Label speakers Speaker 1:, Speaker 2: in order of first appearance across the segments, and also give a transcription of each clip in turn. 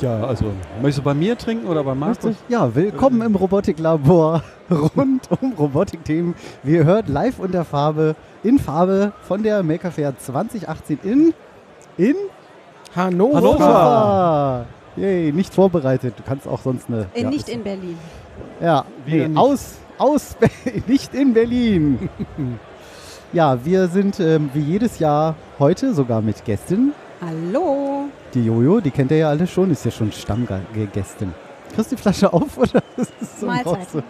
Speaker 1: Ja, also, möchtest du bei mir trinken oder bei Markus?
Speaker 2: Ja, willkommen im Robotiklabor rund um Robotikthemen. Wie ihr hört, live unter Farbe, in Farbe von der Maker Fair 2018 in, in
Speaker 3: Hannover.
Speaker 2: Hannover. Yay, nicht vorbereitet. Du kannst auch sonst eine.
Speaker 4: Äh,
Speaker 2: ja,
Speaker 4: nicht
Speaker 2: ist-
Speaker 4: in Berlin.
Speaker 2: Ja,
Speaker 1: Wieder
Speaker 2: nee,
Speaker 1: nicht.
Speaker 2: aus, aus, nicht in Berlin. ja, wir sind ähm, wie jedes Jahr heute sogar mit Gästen.
Speaker 4: Hallo.
Speaker 2: Die Jojo, die kennt ihr ja alle schon, ist ja schon Stammgästin. Kriegst du die Flasche auf oder? Das ist im
Speaker 4: Mahlzeit.
Speaker 2: Haus so-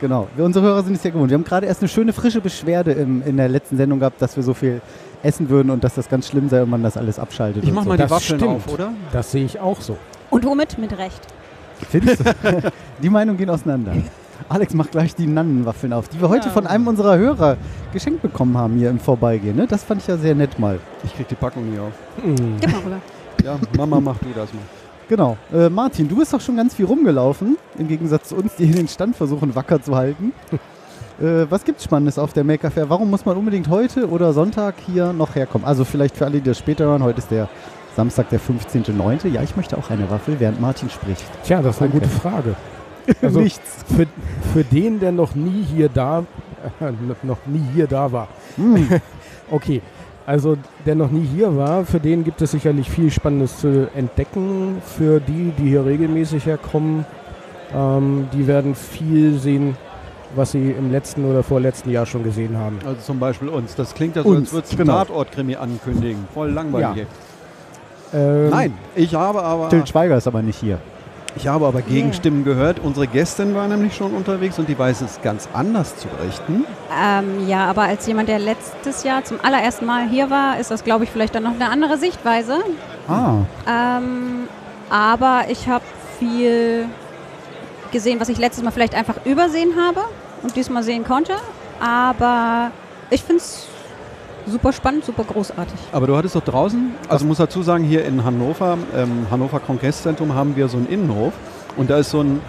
Speaker 2: Genau, wir, unsere Hörer sind es ja gewohnt. Wir haben gerade erst eine schöne frische Beschwerde im, in der letzten Sendung gehabt, dass wir so viel essen würden und dass das ganz schlimm sei und man das alles abschaltet.
Speaker 1: Ich
Speaker 2: und
Speaker 1: mach
Speaker 2: so.
Speaker 1: mal die
Speaker 3: das
Speaker 1: Waffeln
Speaker 3: stimmt.
Speaker 1: auf, oder?
Speaker 3: Das sehe ich auch so.
Speaker 4: Und womit? Mit Recht.
Speaker 2: Findest du? die Meinungen gehen auseinander. Alex macht gleich die Nannenwaffeln auf, die wir heute von einem unserer Hörer geschenkt bekommen haben hier im Vorbeigehen. Ne? Das fand ich ja sehr nett mal.
Speaker 1: Ich krieg die Packung nie auf.
Speaker 3: Mhm.
Speaker 4: Gib mal rüber.
Speaker 1: Ja, Mama, mach du das mal.
Speaker 2: Genau. Äh, Martin, du bist doch schon ganz viel rumgelaufen, im Gegensatz zu uns, die hier den Stand versuchen wacker zu halten. äh, was gibt's Spannendes auf der Maker Fair? Warum muss man unbedingt heute oder Sonntag hier noch herkommen? Also vielleicht für alle, die das später hören, heute ist der Samstag, der 15.09. Ja, ich möchte auch eine Waffel, während Martin spricht.
Speaker 3: Tja, das ist eine
Speaker 2: Danke.
Speaker 3: gute Frage. Also
Speaker 2: Nichts.
Speaker 3: für, für den, der noch nie hier da, noch nie hier da war.
Speaker 2: Hm.
Speaker 3: Okay, also der noch nie hier war, für den gibt es sicherlich viel Spannendes zu entdecken. Für die, die hier regelmäßig herkommen, ähm, die werden viel sehen, was sie im letzten oder vorletzten Jahr schon gesehen haben.
Speaker 1: Also zum Beispiel uns. Das klingt ja so,
Speaker 2: Uns,
Speaker 1: als würdest du
Speaker 2: genau.
Speaker 1: Tatortkrimi ankündigen. Voll langweilig.
Speaker 3: Ja.
Speaker 1: ey.
Speaker 3: Ähm,
Speaker 1: Nein, ich habe aber,
Speaker 2: ah. Till Schweiger ist aber nicht hier.
Speaker 1: ich habe aber Gegenstimmen gehört. Unsere Gästin war nämlich schon unterwegs und die weiß es ganz anders zu richten.
Speaker 4: Ähm, ja, aber als jemand, der letztes Jahr zum allerersten Mal hier war, ist das, glaube ich, vielleicht dann noch eine andere Sichtweise.
Speaker 2: Ah,
Speaker 4: Ähm, aber ich habe viel gesehen, was ich letztes Mal vielleicht einfach übersehen habe und diesmal sehen konnte. Aber ich finde es super spannend, super großartig.
Speaker 1: Aber du hattest doch draußen, also muss dazu sagen, hier in Hannover, ähm, Hannover Kongresszentrum, haben wir so einen Innenhof und da ist so ein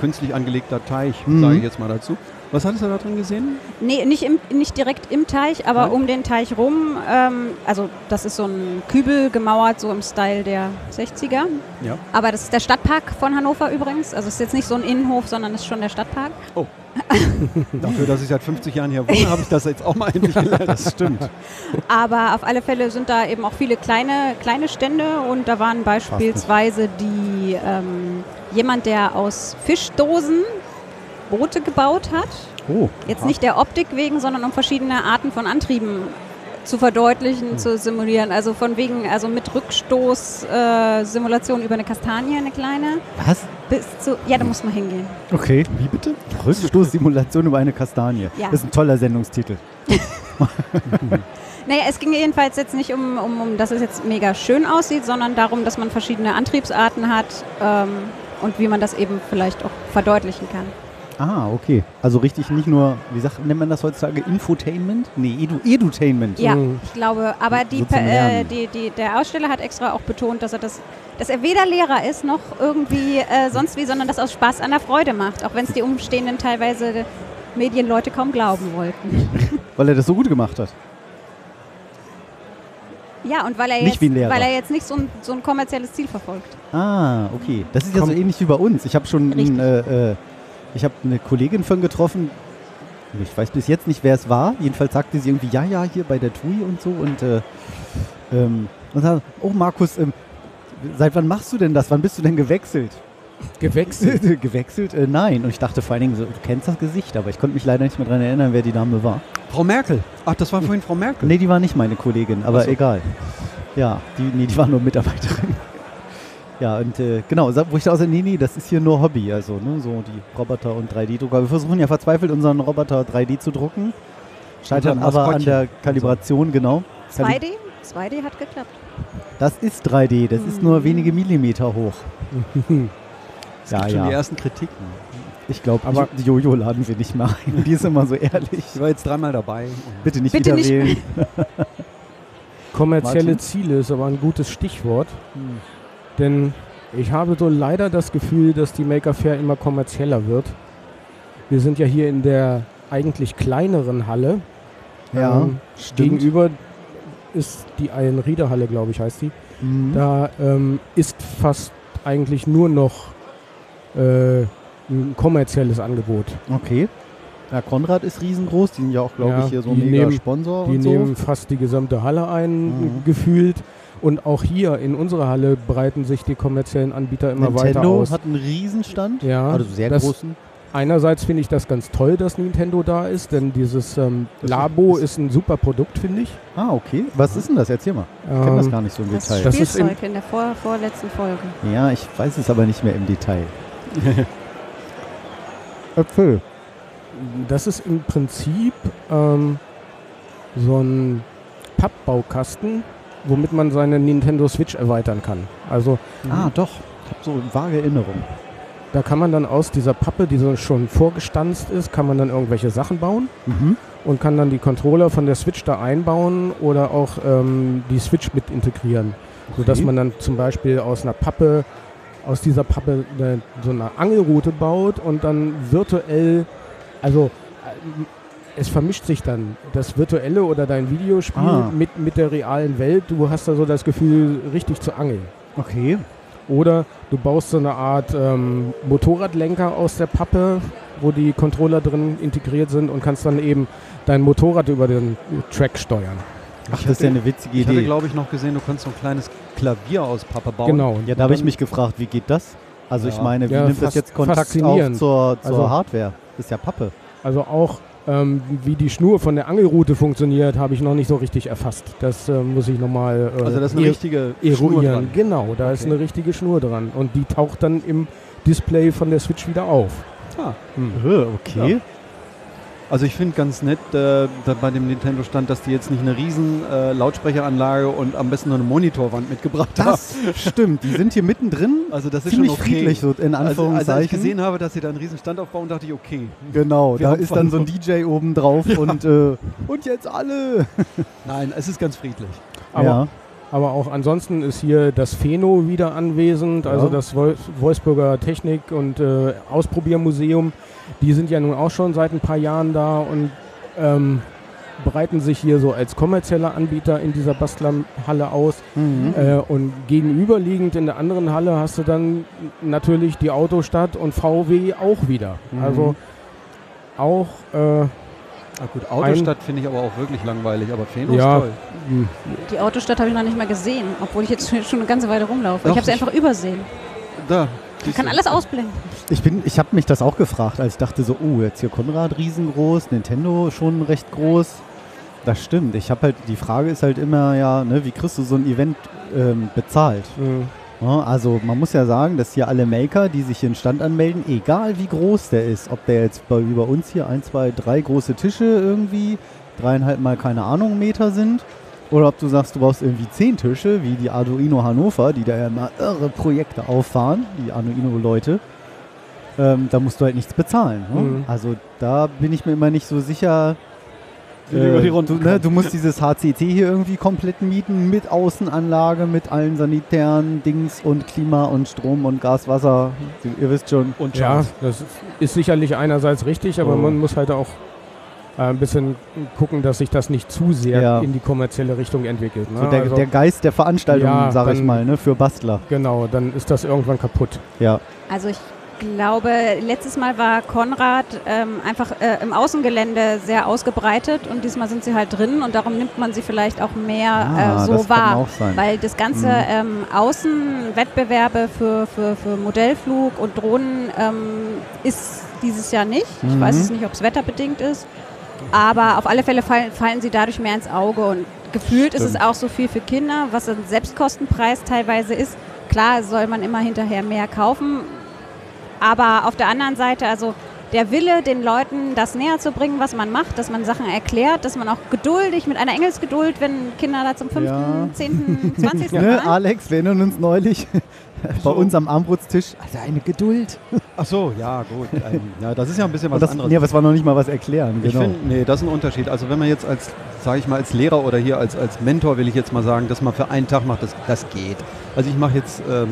Speaker 1: künstlich angelegter Teich,
Speaker 2: Mhm.
Speaker 1: sage ich jetzt mal dazu. Was hattest du da drin gesehen?
Speaker 4: Nee, nicht, im, nicht direkt im Teich, aber
Speaker 1: Nein?
Speaker 4: um den Teich rum. Ähm, also das ist so ein Kübel gemauert, so im Style der 60er.
Speaker 1: Ja.
Speaker 4: Aber das ist der Stadtpark von Hannover übrigens. Also es ist jetzt nicht so ein Innenhof, sondern es ist schon der Stadtpark.
Speaker 1: Dafür, dass ich seit 50 Jahren hier wohne, habe ich das jetzt auch mal endlich gelernt. Das stimmt.
Speaker 4: Aber auf alle Fälle sind da eben auch viele kleine, kleine Stände und da waren beispielsweise die ähm, jemand, der aus Fischdosen Boote gebaut hat.
Speaker 2: oh.
Speaker 4: Jetzt nicht der Optik wegen, sondern um verschiedene Arten von Antrieben zu verdeutlichen, zu simulieren. Also von wegen, also mit Rückstoß äh, Simulation über eine Kastanie, eine kleine,
Speaker 2: Was?
Speaker 4: bis zu. Ja, da muss man hingehen.
Speaker 2: Okay. Wie bitte? Rückstoßsimulation über eine Kastanie.
Speaker 4: Ja.
Speaker 2: Das ist ein toller Sendungstitel.
Speaker 4: Naja, es ging jedenfalls jetzt nicht um, um, um, dass es jetzt mega schön aussieht, sondern darum, dass man verschiedene Antriebsarten hat ähm, und wie man das eben vielleicht auch verdeutlichen kann.
Speaker 2: Ah, okay. Also richtig nicht nur, wie sagt, nennt man das heutzutage, Infotainment? Nee, Edu Edutainment.
Speaker 4: Ja,
Speaker 3: Mhm.
Speaker 4: ich glaube, aber die,
Speaker 2: So zum
Speaker 4: äh,
Speaker 2: Lernen.
Speaker 4: die, die, der Aussteller hat extra auch betont, dass er das dass er weder Lehrer ist noch irgendwie äh, sonst wie, sondern das aus Spaß an der Freude macht, auch wenn es die Umstehenden teilweise äh, Medienleute kaum glauben wollten.
Speaker 2: Weil er das so gut gemacht hat.
Speaker 4: Ja, und weil er
Speaker 2: Nicht
Speaker 4: jetzt,
Speaker 2: wie ein Lehrer.
Speaker 4: Weil er jetzt nicht so ein, so ein kommerzielles Ziel verfolgt.
Speaker 2: Ah, okay. Das ist ja so
Speaker 3: Komm.
Speaker 2: ähnlich wie bei uns. Ich habe schon
Speaker 4: Richtig.
Speaker 2: ein, äh, äh, ich hab eine Kollegin von getroffen. Ich weiß bis jetzt nicht, wer es war. Jedenfalls sagte sie irgendwie, ja, ja, hier bei der TUI und so. Und, äh, ähm, und dann, oh Markus, ähm, seit wann machst du denn das? Wann bist du denn gewechselt?
Speaker 3: gewechselt.
Speaker 2: gewechselt? Äh, nein. Und ich dachte vor allen Dingen, so, du kennst das Gesicht, aber ich konnte mich leider nicht mehr daran erinnern, wer die Dame war.
Speaker 1: Frau Merkel. Ach, das war vorhin Frau Merkel.
Speaker 2: Nee, die war nicht meine Kollegin, aber
Speaker 1: Ach so.
Speaker 2: egal. Ja, die, nee, die war nur Mitarbeiterin. Ja, und äh, genau, sa- wo ich da außer, nee, nee, das ist hier nur Hobby, also ne, so die Roboter und 3D-Drucker. Wir versuchen ja verzweifelt unseren Roboter 3D zu drucken, scheitern
Speaker 1: Unser
Speaker 2: aber an
Speaker 1: Maskottchen.
Speaker 2: der Kalibration, genau. Kalib-
Speaker 4: 2D? 2D hat geklappt.
Speaker 2: das ist 3D, das ist
Speaker 4: Mhm.
Speaker 2: nur wenige Millimeter hoch.
Speaker 1: Es
Speaker 2: Ah, ja,
Speaker 1: gibt schon die
Speaker 2: ja,
Speaker 1: ersten Kritiken.
Speaker 2: ich glaube,
Speaker 3: Aber-
Speaker 2: die Jojo laden wir nicht mal ein, die ist immer so ehrlich.
Speaker 1: Ich war jetzt dreimal dabei.
Speaker 2: Bitte nicht wieder
Speaker 4: Bitte nicht.
Speaker 2: wählen.
Speaker 3: Kommerzielle
Speaker 2: Martin? Hm.
Speaker 3: Ziele ist aber ein gutes Stichwort, denn ich habe so leider das Gefühl, dass die Maker Fair immer kommerzieller wird. Wir sind ja hier in der eigentlich kleineren Halle.
Speaker 2: Ja,
Speaker 3: Ähm, Gegenüber ist die Eilenrieder-Halle, glaube ich, heißt die.
Speaker 2: Mhm.
Speaker 3: Da ähm, ist fast eigentlich nur noch äh, ein kommerzielles Angebot.
Speaker 2: Okay. Ja, Konrad ist riesengroß, die sind ja auch, glaube
Speaker 3: Ja,
Speaker 2: ich, hier so
Speaker 3: die
Speaker 2: mega
Speaker 3: nehmen-
Speaker 2: Sponsor
Speaker 3: Die
Speaker 2: und so.
Speaker 3: nehmen fast die gesamte Halle ein,
Speaker 2: Mhm.
Speaker 3: gefühlt. Und auch hier in unserer Halle breiten sich die kommerziellen Anbieter immer weiter
Speaker 2: Nintendo
Speaker 3: aus.
Speaker 2: hat einen Riesenstand.
Speaker 3: ja,
Speaker 2: also sehr
Speaker 3: das,
Speaker 2: großen.
Speaker 3: Einerseits finde ich das ganz toll, dass Nintendo da ist, denn dieses ähm,
Speaker 2: Das
Speaker 3: Labo
Speaker 2: ist-
Speaker 3: ist, ein super Produkt, finde ich.
Speaker 2: Ah, okay. Was ist denn das? Erzähl mal. Ich kenne das
Speaker 3: Ähm,
Speaker 2: gar nicht so im
Speaker 4: Das
Speaker 2: Detail.
Speaker 3: Das ist
Speaker 4: Spielzeug in der vor, vorletzten Folge.
Speaker 2: ja, ich weiß es aber nicht mehr im Detail. Äpfel.
Speaker 3: das ist im Prinzip ähm, so ein Pappbaukasten, womit man seine Nintendo Switch erweitern kann. Also
Speaker 2: Ah, doch. Ich habe so vage Erinnerung.
Speaker 3: da kann man dann aus dieser Pappe, die so schon vorgestanzt ist, kann man dann irgendwelche Sachen bauen
Speaker 2: Mhm.
Speaker 3: und kann dann die Controller von der Switch da einbauen oder auch ähm, die Switch mit integrieren. sodass man dann zum Beispiel aus einer Pappe, aus dieser Pappe eine, so eine Angelroute baut und dann virtuell, also ähm, es vermischt sich dann das virtuelle oder dein Videospiel
Speaker 2: Ah.
Speaker 3: mit, mit der realen Welt. Du hast da so das Gefühl, richtig zu angeln.
Speaker 2: Okay.
Speaker 3: Oder du baust so eine Art ähm, Motorradlenker aus der Pappe, wo die Controller drin integriert sind und kannst dann eben dein Motorrad über den Track steuern.
Speaker 2: Ach, das ist ja eine witzige
Speaker 1: Ich hatte,
Speaker 2: Idee.
Speaker 1: glaube ich, noch gesehen, du kannst so ein kleines Klavier aus Pappe bauen.
Speaker 3: Genau.
Speaker 2: Ja, da habe ich mich gefragt, wie geht das? Also ich
Speaker 1: Ja.
Speaker 2: meine, wie
Speaker 3: Ja,
Speaker 2: nimmt das
Speaker 3: fast-
Speaker 2: jetzt Kontakt auf
Speaker 3: faszinierend.
Speaker 2: zur, zur
Speaker 3: Also-
Speaker 2: Hardware? Das ist ja Pappe.
Speaker 3: Also auch ähm, wie die Schnur von der Angelrute funktioniert, habe ich noch nicht so richtig erfasst. Das äh, muss ich nochmal äh,
Speaker 1: Also das ist eine
Speaker 3: er-
Speaker 1: richtige Schnur
Speaker 3: eruieren.
Speaker 1: dran.
Speaker 3: Genau, da ist
Speaker 1: Okay.
Speaker 3: eine richtige Schnur dran. Und die taucht dann im Display von der Switch wieder auf.
Speaker 1: Ah.
Speaker 3: Hm.
Speaker 2: Äh, Okay.
Speaker 1: Also ich finde ganz nett äh, da bei dem Nintendo stand, dass die jetzt nicht eine riesen äh, Lautsprecheranlage und am besten noch eine Monitorwand mitgebracht haben.
Speaker 2: Das stimmt. Die sind hier mittendrin.
Speaker 1: Also das
Speaker 2: ziemlich
Speaker 1: ist schon okay.
Speaker 2: friedlich, so in
Speaker 1: also,
Speaker 2: Anführungszeichen.
Speaker 1: als ich gesehen habe, dass sie da einen riesen Stand aufbauen, dachte ich, okay.
Speaker 2: genau,
Speaker 1: Wir
Speaker 2: da
Speaker 1: haben
Speaker 2: ist dann so ein DJ oben drauf und, äh, und jetzt alle.
Speaker 1: Nein, es ist ganz friedlich.
Speaker 3: Aber,
Speaker 2: ja.
Speaker 3: aber auch ansonsten ist hier das Pheno wieder anwesend, also
Speaker 2: Ja.
Speaker 3: das Wol- Wolfsburger Technik- und äh, Ausprobiermuseum. Die sind ja nun auch schon seit ein paar Jahren da und ähm, breiten sich hier so als kommerzieller Anbieter in dieser Bastlerhalle aus.
Speaker 2: Mhm.
Speaker 3: Äh, und gegenüberliegend in der anderen Halle hast du dann natürlich die Autostadt und VW auch wieder.
Speaker 2: Mhm.
Speaker 3: Also auch, äh,
Speaker 1: Ah, gut, Autostadt finde ich aber auch wirklich langweilig, aber Pheno
Speaker 3: Ja.
Speaker 1: ist toll.
Speaker 4: Die Autostadt habe ich noch nicht mal gesehen, obwohl ich jetzt schon- schon eine ganze Weile rumlaufe.
Speaker 1: Doch,
Speaker 4: ich habe sie
Speaker 1: ich-
Speaker 4: einfach übersehen.
Speaker 1: Da.
Speaker 4: Man kann alles ausblenden.
Speaker 2: Ich, bin- ich habe mich das auch gefragt, als ich dachte so, oh, jetzt hier Konrad riesengroß, Nintendo schon recht groß. Das stimmt. Ich habe halt, die Frage ist halt immer ja, ne, wie kriegst du so ein Event ähm, bezahlt?
Speaker 3: mh,
Speaker 2: Ja, also man muss ja sagen, dass hier alle Maker, die sich hier in Stand anmelden, egal wie groß der ist, ob der jetzt bei, wie bei uns hier ein, zwei, drei große Tische irgendwie, dreieinhalb mal keine Ahnung Meter sind, oder ob du sagst, du brauchst irgendwie zehn Tische, wie die Arduino Hannover, die da ja immer irre Projekte auffahren, die Arduino-Leute, ähm, da musst du halt nichts bezahlen. Ne?
Speaker 3: Mhm.
Speaker 2: Also da bin ich mir immer nicht so sicher,
Speaker 1: Wie die über die Runden
Speaker 2: du, ne, du musst dieses HCC hier irgendwie komplett mieten mit Außenanlage, mit allen sanitären Dings und Klima und Strom und Gas, Wasser. Du, ihr wisst schon.
Speaker 1: Und
Speaker 3: ja,
Speaker 1: Charles.
Speaker 3: das ist sicherlich einerseits richtig, aber
Speaker 2: Oh.
Speaker 3: man muss halt auch äh, ein bisschen gucken, dass sich das nicht zu sehr
Speaker 2: Ja.
Speaker 3: in die kommerzielle Richtung entwickelt. Ne?
Speaker 2: So der,
Speaker 3: also,
Speaker 2: der Geist der Veranstaltung,
Speaker 3: Ja,
Speaker 2: sag ich
Speaker 3: dann-
Speaker 2: mal, ne, für Bastler.
Speaker 3: genau, dann ist das irgendwann kaputt.
Speaker 2: Ja.
Speaker 4: Also ich glaube, letztes Mal war Konrad ähm, einfach äh, im Außengelände sehr ausgebreitet und diesmal sind sie halt drin und darum nimmt man sie vielleicht auch mehr äh, so
Speaker 2: Ah, das
Speaker 4: wahr.
Speaker 2: kann auch sein.
Speaker 4: Weil das ganze
Speaker 2: Mhm.
Speaker 4: ähm, Außenwettbewerbe für, für, für Modellflug und Drohnen ähm, ist dieses Jahr nicht. Ich
Speaker 2: Mhm.
Speaker 4: weiß es nicht, ob es wetterbedingt ist. Aber auf alle Fälle fallen, fallen sie dadurch mehr ins Auge. Und gefühlt ist es
Speaker 2: Stimmt.
Speaker 4: auch so viel für Kinder, was ein Selbstkostenpreis teilweise ist. Klar soll man immer hinterher mehr kaufen. Aber auf der anderen Seite, also der Wille, den Leuten das näher zu bringen, was man macht, dass man Sachen erklärt, dass man auch geduldig, mit einer Engelsgeduld, wenn Kinder da zum 5.,
Speaker 2: Ja.
Speaker 4: 10., 20.
Speaker 2: Ne,
Speaker 4: Mal.
Speaker 2: Alex, wir erinnern uns neulich, Bei uns am Armbrutstisch. Also eine Geduld.
Speaker 1: Ach so, ja, gut. Ähm, ja, das ist ja ein bisschen was
Speaker 2: das,
Speaker 1: anderes.
Speaker 2: nee, aber es war noch nicht mal was erklären.
Speaker 1: Ich
Speaker 2: Genau.
Speaker 1: finde, nee, das ist ein Unterschied. Also wenn man jetzt als, sage ich mal, als Lehrer oder hier als, als Mentor, will ich jetzt mal sagen, dass man für einen Tag macht, das, das geht. Also ich mache jetzt, ähm,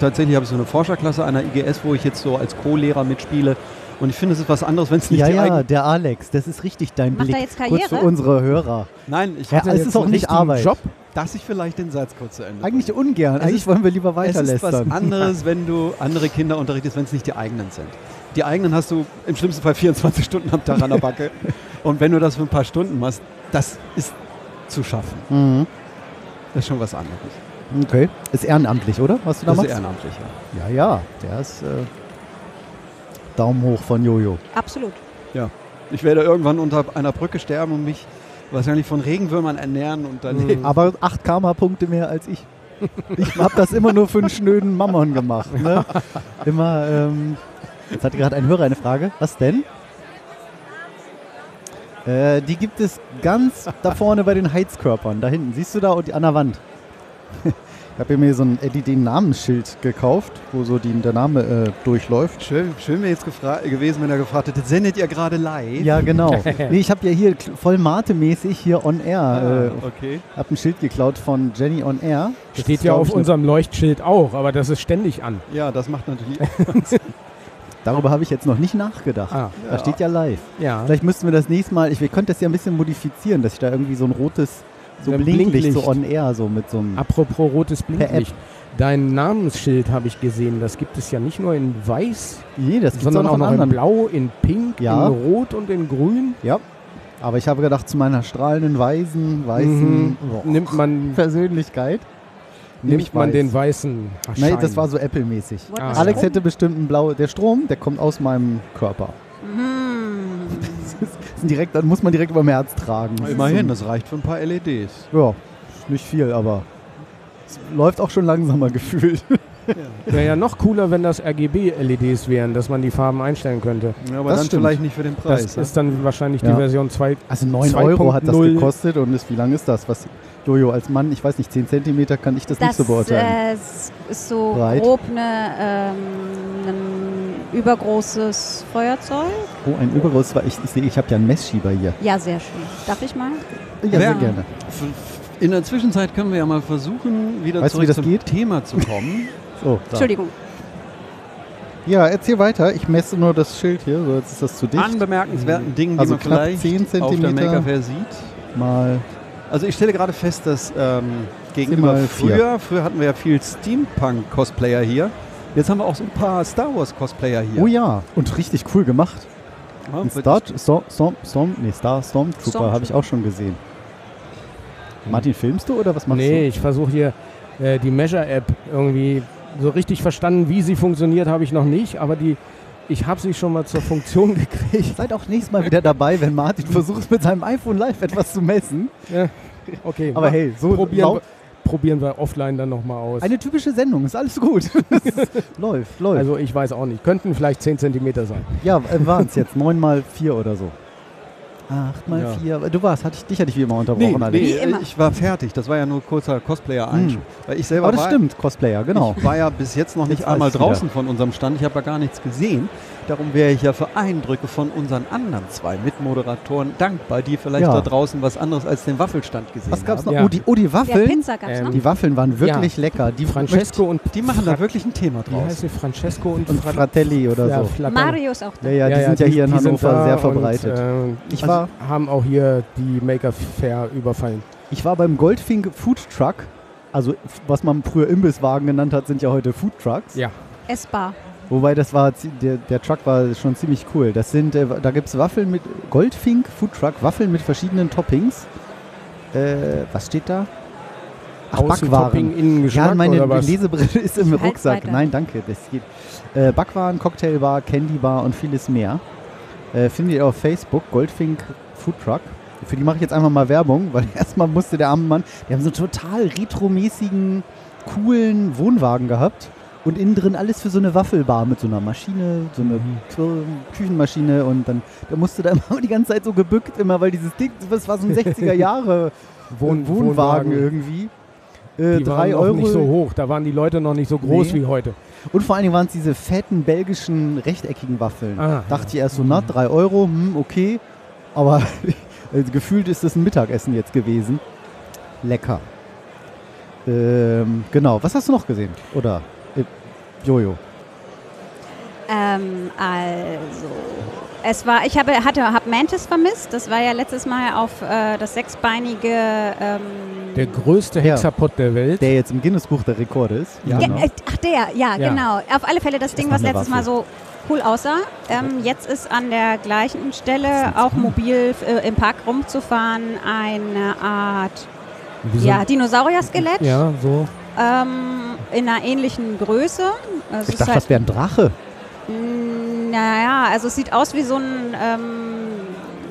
Speaker 1: tatsächlich habe ich so eine Forscherklasse einer IGS, wo ich jetzt so als Co-Lehrer mitspiele. Und ich finde, es ist was anderes, wenn es nicht
Speaker 2: ja,
Speaker 1: die
Speaker 2: ja,
Speaker 1: eigene...
Speaker 2: der Alex, das ist richtig dein
Speaker 4: Macht er
Speaker 2: Blick.
Speaker 4: jetzt
Speaker 2: Kurz für
Speaker 4: Karriere?
Speaker 2: unsere Hörer.
Speaker 1: Nein, ich
Speaker 2: Ja,
Speaker 1: hatte
Speaker 2: es
Speaker 1: jetzt
Speaker 2: ist auch
Speaker 1: einen
Speaker 2: nicht
Speaker 1: richtigen
Speaker 2: Arbeit.
Speaker 1: Job, dass ich vielleicht den Satz kurz zu Ende
Speaker 2: Eigentlich ungern. Eigentlich
Speaker 1: ist-
Speaker 2: wollen wir lieber
Speaker 1: Es ist was
Speaker 2: weiterlästern.
Speaker 1: anderes, wenn du andere Kinder unterrichtest, wenn es nicht die eigenen sind. Die eigenen hast du im schlimmsten Fall 24 Stunden am Tag an der Backe. Und wenn du das für ein paar Stunden machst, das ist zu schaffen.
Speaker 2: Mhm.
Speaker 1: Das ist schon was anderes.
Speaker 2: Okay. Ist ehrenamtlich, oder? Was du da
Speaker 1: Das
Speaker 2: machst?
Speaker 1: ist ehrenamtlich, ja.
Speaker 2: Ja, ja. Der ist äh, Daumen hoch von Jojo.
Speaker 4: Absolut.
Speaker 1: Ich werde irgendwann unter einer Brücke sterben und mich wahrscheinlich von Regenwürmern ernähren und dann.
Speaker 3: Mhm.
Speaker 2: Aber acht Karma-Punkte mehr als ich. Ich habe das immer nur für einen schnöden Mammon gemacht. Ne? Immer, ähm, jetzt hatte gerade ein Hörer eine Frage. Was denn? Äh, die gibt es ganz da vorne bei den Heizkörpern. Da hinten. Siehst du da und die- an der Wand? Ich habe mir so ein Eddie den Namensschild gekauft, wo so die, der Name äh, durchläuft.
Speaker 1: Schön, schön wäre jetzt gefra- gewesen, wenn er gefragt hätte, sendet ihr gerade live?
Speaker 2: Ja, genau. Nee, ich habe ja hier kl- voll Mate-mäßig hier on
Speaker 3: Ah.
Speaker 2: air. Äh,
Speaker 1: Ah, okay.
Speaker 2: habe ein Schild geklaut von Jenny on air. Das
Speaker 3: Steht
Speaker 2: ist,
Speaker 3: ja
Speaker 2: glaub
Speaker 3: auf
Speaker 2: ich, eine
Speaker 3: unserem Leuchtschild auch, aber das ist ständig an.
Speaker 1: Ja, das macht natürlich.
Speaker 2: Darüber habe ich jetzt noch nicht nachgedacht.
Speaker 3: Ah,
Speaker 2: Da steht ja live.
Speaker 3: ja. Ah.
Speaker 2: Vielleicht müssten wir das nächste Mal, ich, wir könnten das ja ein bisschen modifizieren, dass ich da irgendwie so ein rotes, so
Speaker 3: So ein
Speaker 2: Blinklicht,
Speaker 3: Blinklicht.
Speaker 2: so on air, so mit so einem.
Speaker 3: Apropos rotes
Speaker 2: App.
Speaker 3: Blinklicht. Dein Namensschild habe ich gesehen. Das gibt es ja nicht nur in weiß,
Speaker 2: Nee, das gibt's
Speaker 3: sondern auch
Speaker 2: in
Speaker 3: noch in blau, in pink,
Speaker 2: Ja.
Speaker 3: in rot und in grün.
Speaker 2: Ja. Aber ich habe gedacht, zu meiner strahlenden, weißen, weißen
Speaker 3: Mhm.
Speaker 2: boah,
Speaker 3: Nimmt man,
Speaker 2: Persönlichkeit. nehm ich
Speaker 3: nimmt man
Speaker 2: weiß.
Speaker 3: den weißen
Speaker 2: Nee,
Speaker 3: Schein.
Speaker 2: das war so Apple-mäßig.
Speaker 4: Wollt
Speaker 3: Ah,
Speaker 4: man
Speaker 2: Alex
Speaker 4: Strom?
Speaker 2: hätte bestimmt einen blauen. Der Strom, der kommt aus meinem Körper.
Speaker 4: Hm.
Speaker 2: Das ist direkt, dann muss man direkt über dem Herz tragen. Das ist
Speaker 1: Immerhin, das reicht für ein paar E LEDs.
Speaker 2: so- Ja, ist nicht viel, aber es läuft auch schon langsamer gefühlt.
Speaker 3: Wäre ja noch cooler, wenn das RGB-LEDs E wären, dass man die Farben einstellen könnte.
Speaker 1: Ja, aber
Speaker 2: Das
Speaker 1: dann
Speaker 2: stimmt.
Speaker 1: vielleicht nicht für den
Speaker 3: Das
Speaker 1: Preis.
Speaker 3: ist dann wahrscheinlich
Speaker 2: ne? Ja.
Speaker 3: die Version 2.
Speaker 2: Also 9 Euro hat das
Speaker 3: 2.0.
Speaker 2: gekostet und ist, wie lang ist das? Was, Jojo, als Mann, ich weiß nicht, 10 Zentimeter kann ich das, nicht
Speaker 4: Das
Speaker 2: so beurteilen.
Speaker 4: äh, s- ist so
Speaker 2: Breit.
Speaker 4: grob eine, ähm, ein übergroßes Feuerzeug.
Speaker 2: oh, ein Übergroß war, ich, ich sehe, ich habe ja einen Messschieber hier.
Speaker 4: Ja, sehr schön. Darf ich mal?
Speaker 2: Ja, sehr
Speaker 1: Ja.
Speaker 2: gerne.
Speaker 1: F- f- ne? In der Zwischenzeit können wir ja mal versuchen, wieder
Speaker 2: Weißt du,
Speaker 1: zurück
Speaker 2: wie das
Speaker 1: zum
Speaker 2: geht?
Speaker 1: Thema zu kommen.
Speaker 2: So, da.
Speaker 4: Entschuldigung.
Speaker 2: Ja, erzähl weiter. Ich messe nur das Schild hier, so jetzt ist das zu dicht.
Speaker 1: An bemerkenswerten Dingen, die
Speaker 2: Also
Speaker 1: man
Speaker 2: knapp
Speaker 1: vielleicht
Speaker 2: 10
Speaker 1: auf der
Speaker 2: Zentimeter.
Speaker 1: Maker Fair sieht.
Speaker 2: Mal.
Speaker 1: Also ich stelle gerade fest, dass ähm, gegenüber
Speaker 2: Immer vier.
Speaker 1: früher, früher hatten wir ja viel Steampunk-Cosplayer hier. Jetzt haben wir auch so ein paar Star Wars-Cosplayer hier.
Speaker 2: Oh ja, und richtig cool gemacht.
Speaker 1: Ja,
Speaker 2: Ein
Speaker 1: wird-
Speaker 2: Star, Storm, Storm, Storm, nee, Star Stormtrooper
Speaker 4: Stormtrooper.
Speaker 2: habe ich auch schon gesehen. Martin, filmst du oder was machst
Speaker 3: Nee, ich versuche hier äh, die Measure-App irgendwie so richtig verstanden, wie sie funktioniert, habe ich noch nicht, aber die, ich habe sie schon mal zur Funktion
Speaker 2: du?
Speaker 3: gekriegt.
Speaker 2: Seid auch nächstes Mal wieder dabei, wenn Martin versucht, mit seinem iPhone live etwas zu messen.
Speaker 3: Okay,
Speaker 2: Aber hey, so
Speaker 3: probieren,
Speaker 2: laut,
Speaker 3: wir, probieren wir offline dann nochmal aus.
Speaker 2: Eine typische Sendung, ist alles gut. läuft, läuft.
Speaker 3: also ich weiß auch nicht, könnten vielleicht 10 Zentimeter sein.
Speaker 2: ja, äh, waren es jetzt neun mal vier oder so. Acht mal
Speaker 1: Ja.
Speaker 2: vier. Du warst, hatte ich, dich hatte ich wie immer
Speaker 1: Nee,
Speaker 2: unterbrochen. Alex.
Speaker 1: nee,
Speaker 4: Wie immer.
Speaker 1: ich war fertig. Das war ja nur kurzer Cosplayer-Einschub. Weil ich
Speaker 2: Hm.
Speaker 1: selber
Speaker 2: Aber das
Speaker 1: war,
Speaker 2: stimmt, Cosplayer, genau.
Speaker 1: Ich war ja bis jetzt noch nicht
Speaker 2: Jetzt weiß
Speaker 1: einmal
Speaker 2: ich's wieder.
Speaker 1: draußen von unserem Stand. Ich habe ja gar nichts gesehen. Darum wäre ich ja für Eindrücke von unseren anderen zwei Mitmoderatoren dankbar, die vielleicht
Speaker 2: Ja.
Speaker 1: da draußen was anderes als den Waffelstand gesehen
Speaker 2: Was gab's noch?
Speaker 1: haben.
Speaker 3: Ja.
Speaker 2: Oh, die, oh, die
Speaker 4: Ja,
Speaker 2: Waffeln.
Speaker 4: Pizza gab's
Speaker 3: Ähm,
Speaker 4: noch.
Speaker 2: die Waffeln waren wirklich lecker. Die
Speaker 3: Francesco und
Speaker 1: Die machen
Speaker 3: Fra
Speaker 1: da wirklich ein Thema
Speaker 3: Wie
Speaker 1: draus.
Speaker 3: heißt sie? Francesco und,
Speaker 2: Und
Speaker 3: Fra-
Speaker 2: Fratelli oder
Speaker 3: ja,
Speaker 2: so.
Speaker 3: Flatter-
Speaker 4: Mario ist auch da.
Speaker 2: Ja, ja, die sind ja hier in
Speaker 3: die sind
Speaker 2: Hannover
Speaker 3: da
Speaker 2: sehr
Speaker 3: und,
Speaker 2: verbreitet.
Speaker 3: äh,
Speaker 2: Ich
Speaker 3: also
Speaker 2: war-
Speaker 3: haben auch hier die Maker Fair überfallen.
Speaker 2: ich war beim Goldfink Food Truck. Also, f- was man früher Imbisswagen genannt hat, sind ja heute Food Trucks.
Speaker 3: Ja.
Speaker 4: Essbar.
Speaker 2: Wobei das war, zie- der, der Truck war schon ziemlich cool. Das sind, äh, da gibt es Waffeln mit, Goldfink Food Truck, Waffeln mit verschiedenen Toppings. Äh, was steht da? Ach,
Speaker 3: Außentopping,
Speaker 2: Backwaren.
Speaker 3: Innengeschmack
Speaker 2: Ja, meine
Speaker 3: oder was?
Speaker 2: Lesebrille ist im
Speaker 4: Ich halt's
Speaker 2: Rucksack.
Speaker 4: weiter.
Speaker 2: Nein, danke. Das geht. Äh, Backwaren, Cocktailbar, Candybar und vieles mehr. Äh, findet ihr auf Facebook, Goldfink Food Truck. Für die mache ich jetzt einfach mal Werbung, weil erstmal musste der arme Mann, die haben so einen total retromäßigen, coolen Wohnwagen gehabt und innen drin alles für so eine Waffelbar mit so einer Maschine, so eine
Speaker 3: Mhm.
Speaker 2: Tür- Küchenmaschine und dann der musste da immer die ganze Zeit so gebückt immer, weil dieses Ding, das war so ein 60er Jahre äh,
Speaker 3: Wohn-
Speaker 2: Wohnwagen
Speaker 3: Wohnwagen.
Speaker 2: irgendwie. Äh,
Speaker 3: Die waren
Speaker 2: drei
Speaker 3: auch
Speaker 2: Euro.
Speaker 3: nicht so hoch. Da waren die Leute noch nicht so groß
Speaker 2: Nee.
Speaker 3: wie heute.
Speaker 2: Und vor allen Dingen waren es diese fetten belgischen rechteckigen Waffeln.
Speaker 3: Ah,
Speaker 2: Dachte ich erst so, na, drei Euro, hm, okay. Aber äh, gefühlt ist das ein Mittagessen jetzt gewesen. Lecker. Ähm, genau, was hast du noch gesehen? Oder äh, Jojo.
Speaker 4: Ähm, also, es war, ich habe, hatte, hab Mantis vermisst. Das war ja letztes Mal auf äh, das sechsbeinige. Ähm,
Speaker 3: Der größte
Speaker 2: Ja.
Speaker 3: Hexapod der Welt.
Speaker 2: Der jetzt im Guinness-Buch der Rekorde ist.
Speaker 3: Ja.
Speaker 4: Ge-
Speaker 2: Genau.
Speaker 4: äh, Ach, der, ja,
Speaker 3: Ja.
Speaker 4: genau. Auf alle Fälle das Ding,
Speaker 2: noch
Speaker 4: was
Speaker 2: eine
Speaker 4: letztes Mal so cool aussah. Ähm, jetzt ist an der gleichen Stelle auch mobil äh, im Park rumzufahren eine Art
Speaker 3: Wie so-
Speaker 4: ja, Dinosaurier-Skelett
Speaker 3: ja, so.
Speaker 4: ähm, in einer ähnlichen Größe. Also
Speaker 2: Ich dachte, das wäre ein Drache.
Speaker 4: Mm, Naja, also es sieht aus wie so ein ähm,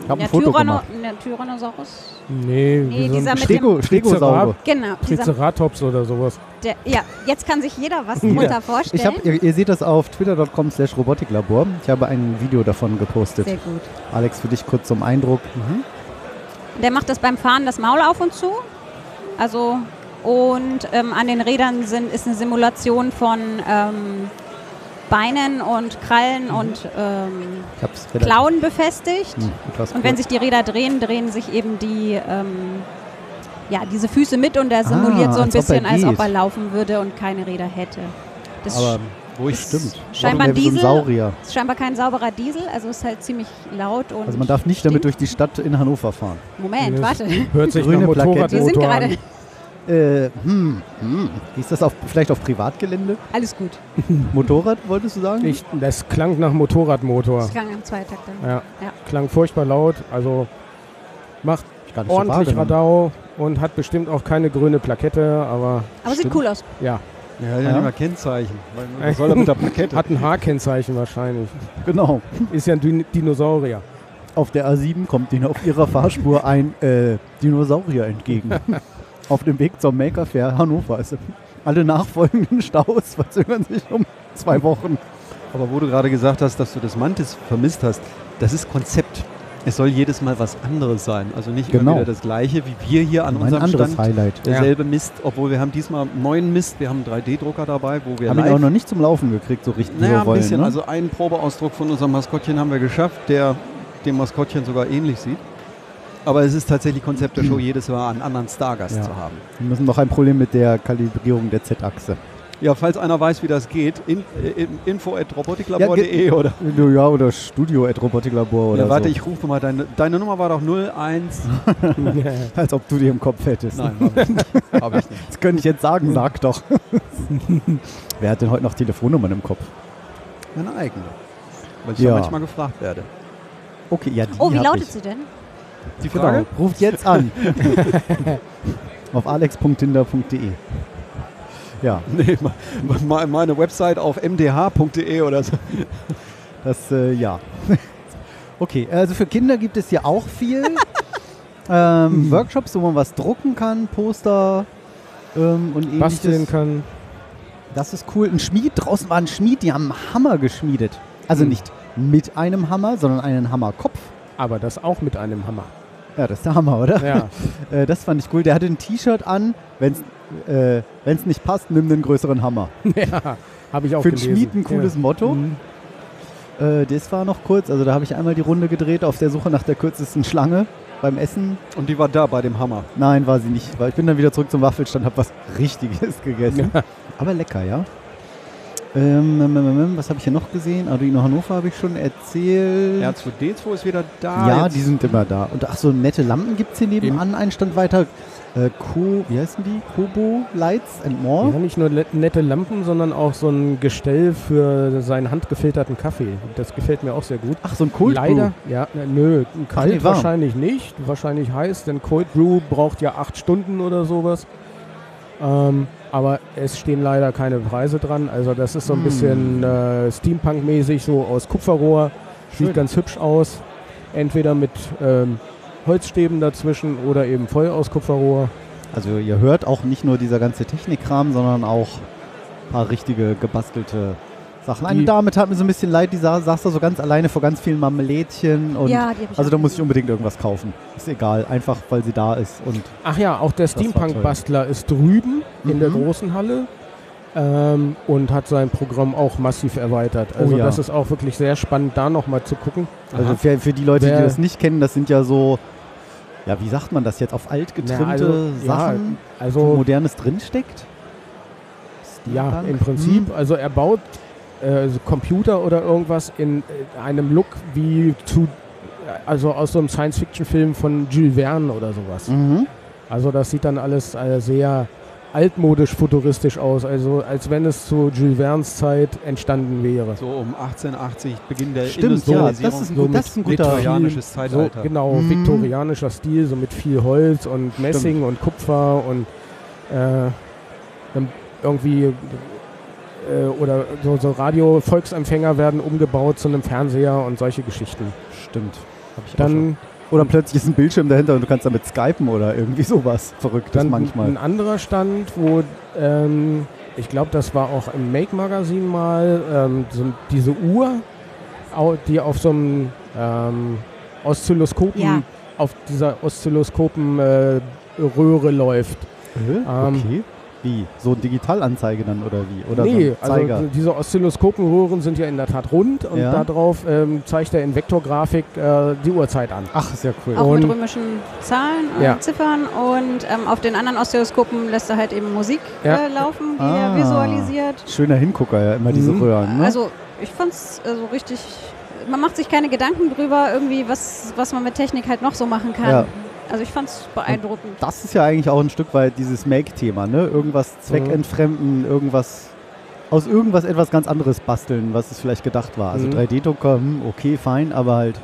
Speaker 2: Ich hab ein
Speaker 4: ja,
Speaker 2: Foto
Speaker 4: Tyranno-
Speaker 2: gemacht.
Speaker 4: ne, Tyrannosaurus.
Speaker 3: Nee,
Speaker 4: Nee,
Speaker 3: wie so
Speaker 4: dieser
Speaker 3: ein
Speaker 4: mit
Speaker 2: Stego,
Speaker 4: dem-
Speaker 2: Stegosaure.
Speaker 4: Genau. Dieser,
Speaker 3: Triceratops oder sowas.
Speaker 4: der, ja, jetzt kann sich jeder was
Speaker 2: Ja.
Speaker 4: drunter vorstellen.
Speaker 2: Ich hab, ihr, ihr seht das auf twitter.com slash robotiklabor. Ich habe ein Video davon gepostet.
Speaker 4: Sehr gut. Mhm.
Speaker 2: Alex, für dich kurz zum Eindruck.
Speaker 4: Der macht das beim Fahren das Maul auf und zu. Also und ähm, an den Rädern sind, ist eine Simulation von ähm, Beinen und
Speaker 2: Mhm.
Speaker 4: Krallen und ähm,
Speaker 2: Ich habe es relativ
Speaker 4: Klauen befestigt.
Speaker 2: Hm, etwas
Speaker 4: Und wenn
Speaker 2: kurz.
Speaker 4: sich die Räder drehen, drehen sich eben die, ähm, ja, diese Füße mit und er simuliert
Speaker 2: Ah,
Speaker 4: so ein
Speaker 2: als ob er
Speaker 4: bisschen, als ob
Speaker 2: geht.
Speaker 4: er laufen würde und keine Räder hätte. Das
Speaker 2: Aber
Speaker 1: Wo ich
Speaker 4: ist
Speaker 2: stimmt.
Speaker 4: Scheinbar
Speaker 2: Noch mehr wie
Speaker 4: Diesel.
Speaker 2: So ein Saurier.
Speaker 4: ist scheinbar kein sauberer Diesel, also ist halt ziemlich laut und.
Speaker 2: Also man darf nicht damit durch die Stadt in Hannover fahren.
Speaker 4: Moment, Äh,
Speaker 3: Das
Speaker 4: warte.
Speaker 3: Hört sich nach
Speaker 2: Grüne Plakette.
Speaker 4: Wir sind
Speaker 3: Motorradmotor
Speaker 4: gerade.
Speaker 3: an.
Speaker 2: Äh, hm, hm. Ist das auf, vielleicht auf Privatgelände?
Speaker 4: Alles gut.
Speaker 2: Motorrad, wolltest du sagen?
Speaker 3: Ich, das klang nach Motorradmotor.
Speaker 4: Ich kann am Zweitakter.
Speaker 3: Ja.
Speaker 4: Ja.
Speaker 3: Klang furchtbar laut. Also macht
Speaker 2: Hab ich gar nicht so
Speaker 3: ordentlich
Speaker 2: wahrgenommen.
Speaker 1: genau.
Speaker 3: Radau und hat bestimmt auch keine grüne Plakette, aber
Speaker 4: Aber sieht cool aus.
Speaker 3: ja,
Speaker 1: Ja, ja, ja.
Speaker 2: Ja.
Speaker 1: nicht mal Kennzeichen. Weil, Was soll er mit der Plakette?
Speaker 3: hat ein H-Kennzeichen wahrscheinlich.
Speaker 2: Genau.
Speaker 3: Ist ja ein Din Dinosaurier.
Speaker 2: Auf der A7 kommt ihnen auf ihrer Fahrspur ein äh, Dinosaurier entgegen. auf dem Weg zum Maker Fair Hannover. Also alle nachfolgenden Staus verzögern sich um zwei Wochen.
Speaker 1: Aber wo du gerade gesagt hast, dass du das Mantis vermisst hast, das ist Konzept. Es soll jedes Mal was anderes sein. Also nicht
Speaker 2: Genau.
Speaker 1: immer wieder das Gleiche, wie wir hier an
Speaker 2: ein
Speaker 1: unserem
Speaker 2: anderes
Speaker 1: Stand.
Speaker 2: Highlight.
Speaker 1: Derselbe Mist, obwohl wir haben diesmal einen neuen Mist. Wir haben einen 3D-Drucker dabei, wo wir
Speaker 2: Haben ihn
Speaker 1: live
Speaker 2: auch noch nicht zum Laufen gekriegt, so richtig. wie
Speaker 1: Naja,
Speaker 2: wir
Speaker 1: ein
Speaker 2: wollen,
Speaker 1: bisschen.
Speaker 2: Ne?
Speaker 1: Also einen Probeausdruck von unserem Maskottchen haben wir geschafft, der dem Maskottchen sogar ähnlich sieht. Aber es ist tatsächlich Konzept der Show, jedes Mal einen anderen Stargast
Speaker 2: Ja.
Speaker 1: zu haben.
Speaker 2: wir müssen noch ein Problem mit der Kalibrierung der Z-Achse.
Speaker 1: Ja, falls einer weiß, wie das geht, in, äh, in- info at robotiklabor.de oder.
Speaker 2: Ja, E, oder Studio at Robotiklabor oder
Speaker 1: Ja, warte,
Speaker 2: so.
Speaker 1: ich rufe mal deine. Deine Nummer war doch 01.
Speaker 2: Als ob du die im Kopf hättest.
Speaker 1: Nein, habe ich nicht. Hab ich nicht.
Speaker 2: Das könnte ich jetzt sagen, sag doch. Wer hat denn heute noch Telefonnummern im Kopf?
Speaker 1: Meine eigene. Weil ich
Speaker 2: Ja.
Speaker 1: ja manchmal gefragt werde.
Speaker 2: Okay, ja, die
Speaker 4: Oh, wie
Speaker 2: hab
Speaker 4: lautet
Speaker 2: ich.
Speaker 4: sie denn?
Speaker 1: Die Frage?
Speaker 2: Genau, ruft jetzt an. Auf alex.tinder.de Ja,
Speaker 1: Genau. Nee, me- me- meine Website auf mdh.de oder so.
Speaker 2: das, äh, ja. Okay, also für Kinder gibt es hier auch viel. ähm, Workshops, wo man was drucken kann, Poster ähm, und ähnliches.
Speaker 3: Basteln kann.
Speaker 2: Das ist cool. Ein Schmied, draußen war ein Schmied, die haben einen Hammer geschmiedet. Also
Speaker 3: Mhm.
Speaker 2: nicht mit einem Hammer, sondern einen Hammerkopf.
Speaker 3: Aber das auch mit einem Hammer.
Speaker 2: Ja, das ist der Hammer, oder?
Speaker 3: Ja.
Speaker 2: Äh, das fand ich cool. Der hatte ein T-Shirt an. Wenn es äh, wenn's nicht passt, nimm den größeren Hammer.
Speaker 3: ja. Habe ich auch
Speaker 2: Für den
Speaker 3: gelesen.
Speaker 2: Schmied ein cooles
Speaker 3: ja.
Speaker 2: Motto.
Speaker 3: Mhm.
Speaker 2: Äh, das war noch kurz. Also da habe ich einmal die Runde gedreht auf der Suche nach der kürzesten Schlange beim Essen.
Speaker 1: Und die war da bei dem Hammer.
Speaker 2: Nein, war sie nicht. Weil ich bin dann wieder zurück zum Waffelstand, habe was Richtiges gegessen. Aber lecker, ja. Ähm, ähm, ähm, ähm, was habe ich hier noch gesehen? Arduino Hannover habe ich schon erzählt.
Speaker 1: R2D2 ist wieder
Speaker 3: Ah,
Speaker 1: da.
Speaker 2: Ja,
Speaker 1: jetzt.
Speaker 2: die sind immer da. Und ach so, nette Lampen gibt es hier nebenan, einen Stand weiter. Äh, Co, wie heißen die? Kobo Lights and More.
Speaker 3: Ja, nicht nur le- nette Lampen, sondern auch so ein Gestell für seinen handgefilterten Kaffee. Das gefällt mir auch sehr gut.
Speaker 2: Ach, so ein Cold
Speaker 3: Leider, ja, na, nö, kalt
Speaker 2: Nee, warm.
Speaker 3: wahrscheinlich nicht, wahrscheinlich heiß, denn Cold Brew braucht ja acht Stunden oder sowas. Ähm, aber es stehen leider keine Preise dran, also das ist so ein
Speaker 2: Hm.
Speaker 3: bisschen äh, Steampunk-mäßig, so aus Kupferrohr,
Speaker 2: Schön.
Speaker 3: sieht ganz hübsch aus. Entweder mit ähm, Holzstäben dazwischen oder eben voll aus Kupferrohr.
Speaker 2: Brew. Also ihr hört auch nicht nur dieser ganze Technikkram, sondern auch ein paar richtige gebastelte Sachen. Eine
Speaker 3: Die-
Speaker 2: Dame tat mir so ein bisschen leid, die sa saß da so ganz alleine vor ganz vielen Marmelädchen. Und
Speaker 4: Ja, die hab ich
Speaker 2: also
Speaker 4: auch
Speaker 2: da muss ich
Speaker 4: gesehen.
Speaker 2: unbedingt irgendwas kaufen. Ist egal, einfach weil sie da ist. Und
Speaker 3: Ach ja, auch der
Speaker 2: war
Speaker 3: Steampunk-Bastler ist drüben in
Speaker 2: Mhm.
Speaker 3: der großen Halle ähm, und hat sein Programm auch massiv erweitert. Also
Speaker 2: Oh ja.
Speaker 3: das ist auch wirklich sehr spannend, da nochmal zu gucken.
Speaker 2: also für, für die Leute, die
Speaker 3: Wer-
Speaker 2: das nicht kennen, das sind ja so, ja, wie sagt man das jetzt, auf alt getrimmte
Speaker 3: Na, also, ja,
Speaker 2: Sachen, wo
Speaker 3: Also
Speaker 2: modernes drinsteckt.
Speaker 3: ja,
Speaker 2: Steampunk?
Speaker 3: im
Speaker 2: Hm.
Speaker 3: Prinzip. Also er baut äh, so Computer oder irgendwas in äh, einem Look wie zu, also aus so einem Science-Fiction-Film von Jules Verne oder sowas.
Speaker 2: Mhm.
Speaker 3: Also das sieht dann alles äh, sehr altmodisch futuristisch aus, also als wenn es zu Jules Verne's Zeit entstanden wäre.
Speaker 1: So um 1880, Beginn der
Speaker 2: Stimmt, ja, das ist ein,
Speaker 3: so
Speaker 2: gut, das ist ein guter.
Speaker 1: Viktorian- viktorianisches Zeitalter.
Speaker 3: So, genau,
Speaker 2: Mhm.
Speaker 3: viktorianischer Stil, so mit viel Holz und Messing und Kupfer und äh, dann irgendwie äh, oder so, so Radio-Volksempfänger werden umgebaut zu einem Fernseher und solche Geschichten.
Speaker 2: Stimmt. Hab ich auch schon.
Speaker 3: Dann,
Speaker 2: oder plötzlich ist ein Bildschirm dahinter und du kannst damit skypen oder irgendwie sowas. Verrücktes
Speaker 3: dann
Speaker 2: manchmal.
Speaker 3: ein anderer Stand, wo ähm, ich glaube, das war auch im Make-Magazin mal, ähm, so, diese Uhr, au- die auf so einem ähm, Oszilloskopen,
Speaker 4: Ja.
Speaker 3: auf dieser Oszilloskopen-Röhre
Speaker 2: Äh,
Speaker 3: läuft. Ähm,
Speaker 2: okay. Wie? So eine Digitalanzeige dann oder wie? Oder
Speaker 3: nee,
Speaker 2: so ein Zeiger?
Speaker 3: also diese Oszilloskopenröhren sind ja in der Tat rund und
Speaker 2: Ja.
Speaker 3: darauf ähm, zeigt er in Vektorgrafik äh, die Uhrzeit an.
Speaker 2: Ach, ist ja cool.
Speaker 4: Auch mit
Speaker 3: Und-
Speaker 4: römischen Zahlen und
Speaker 3: Ja.
Speaker 4: Ziffern. Und ähm, auf den anderen Oszilloskopen lässt er halt eben Musik
Speaker 3: Ja.
Speaker 4: äh, laufen, die
Speaker 2: Ah.
Speaker 4: er visualisiert.
Speaker 2: Schöner Hingucker ja immer diese
Speaker 3: Mhm.
Speaker 2: Röhren. Ne?
Speaker 4: Also ich fand's äh, so richtig. Man macht sich keine Gedanken drüber, irgendwie, was, was man mit Technik halt noch so machen kann.
Speaker 2: Ja.
Speaker 4: Also ich fand's beeindruckend.
Speaker 2: das ist ja eigentlich auch ein Stück weit dieses Make-Thema, ne?
Speaker 1: Mhm.
Speaker 2: Irgendwas zweckentfremden, irgendwas aus irgendwas etwas ganz anderes basteln, was es vielleicht gedacht war. Also
Speaker 3: Mhm.
Speaker 2: 3D-Drucker, hm, okay, fein, aber halt,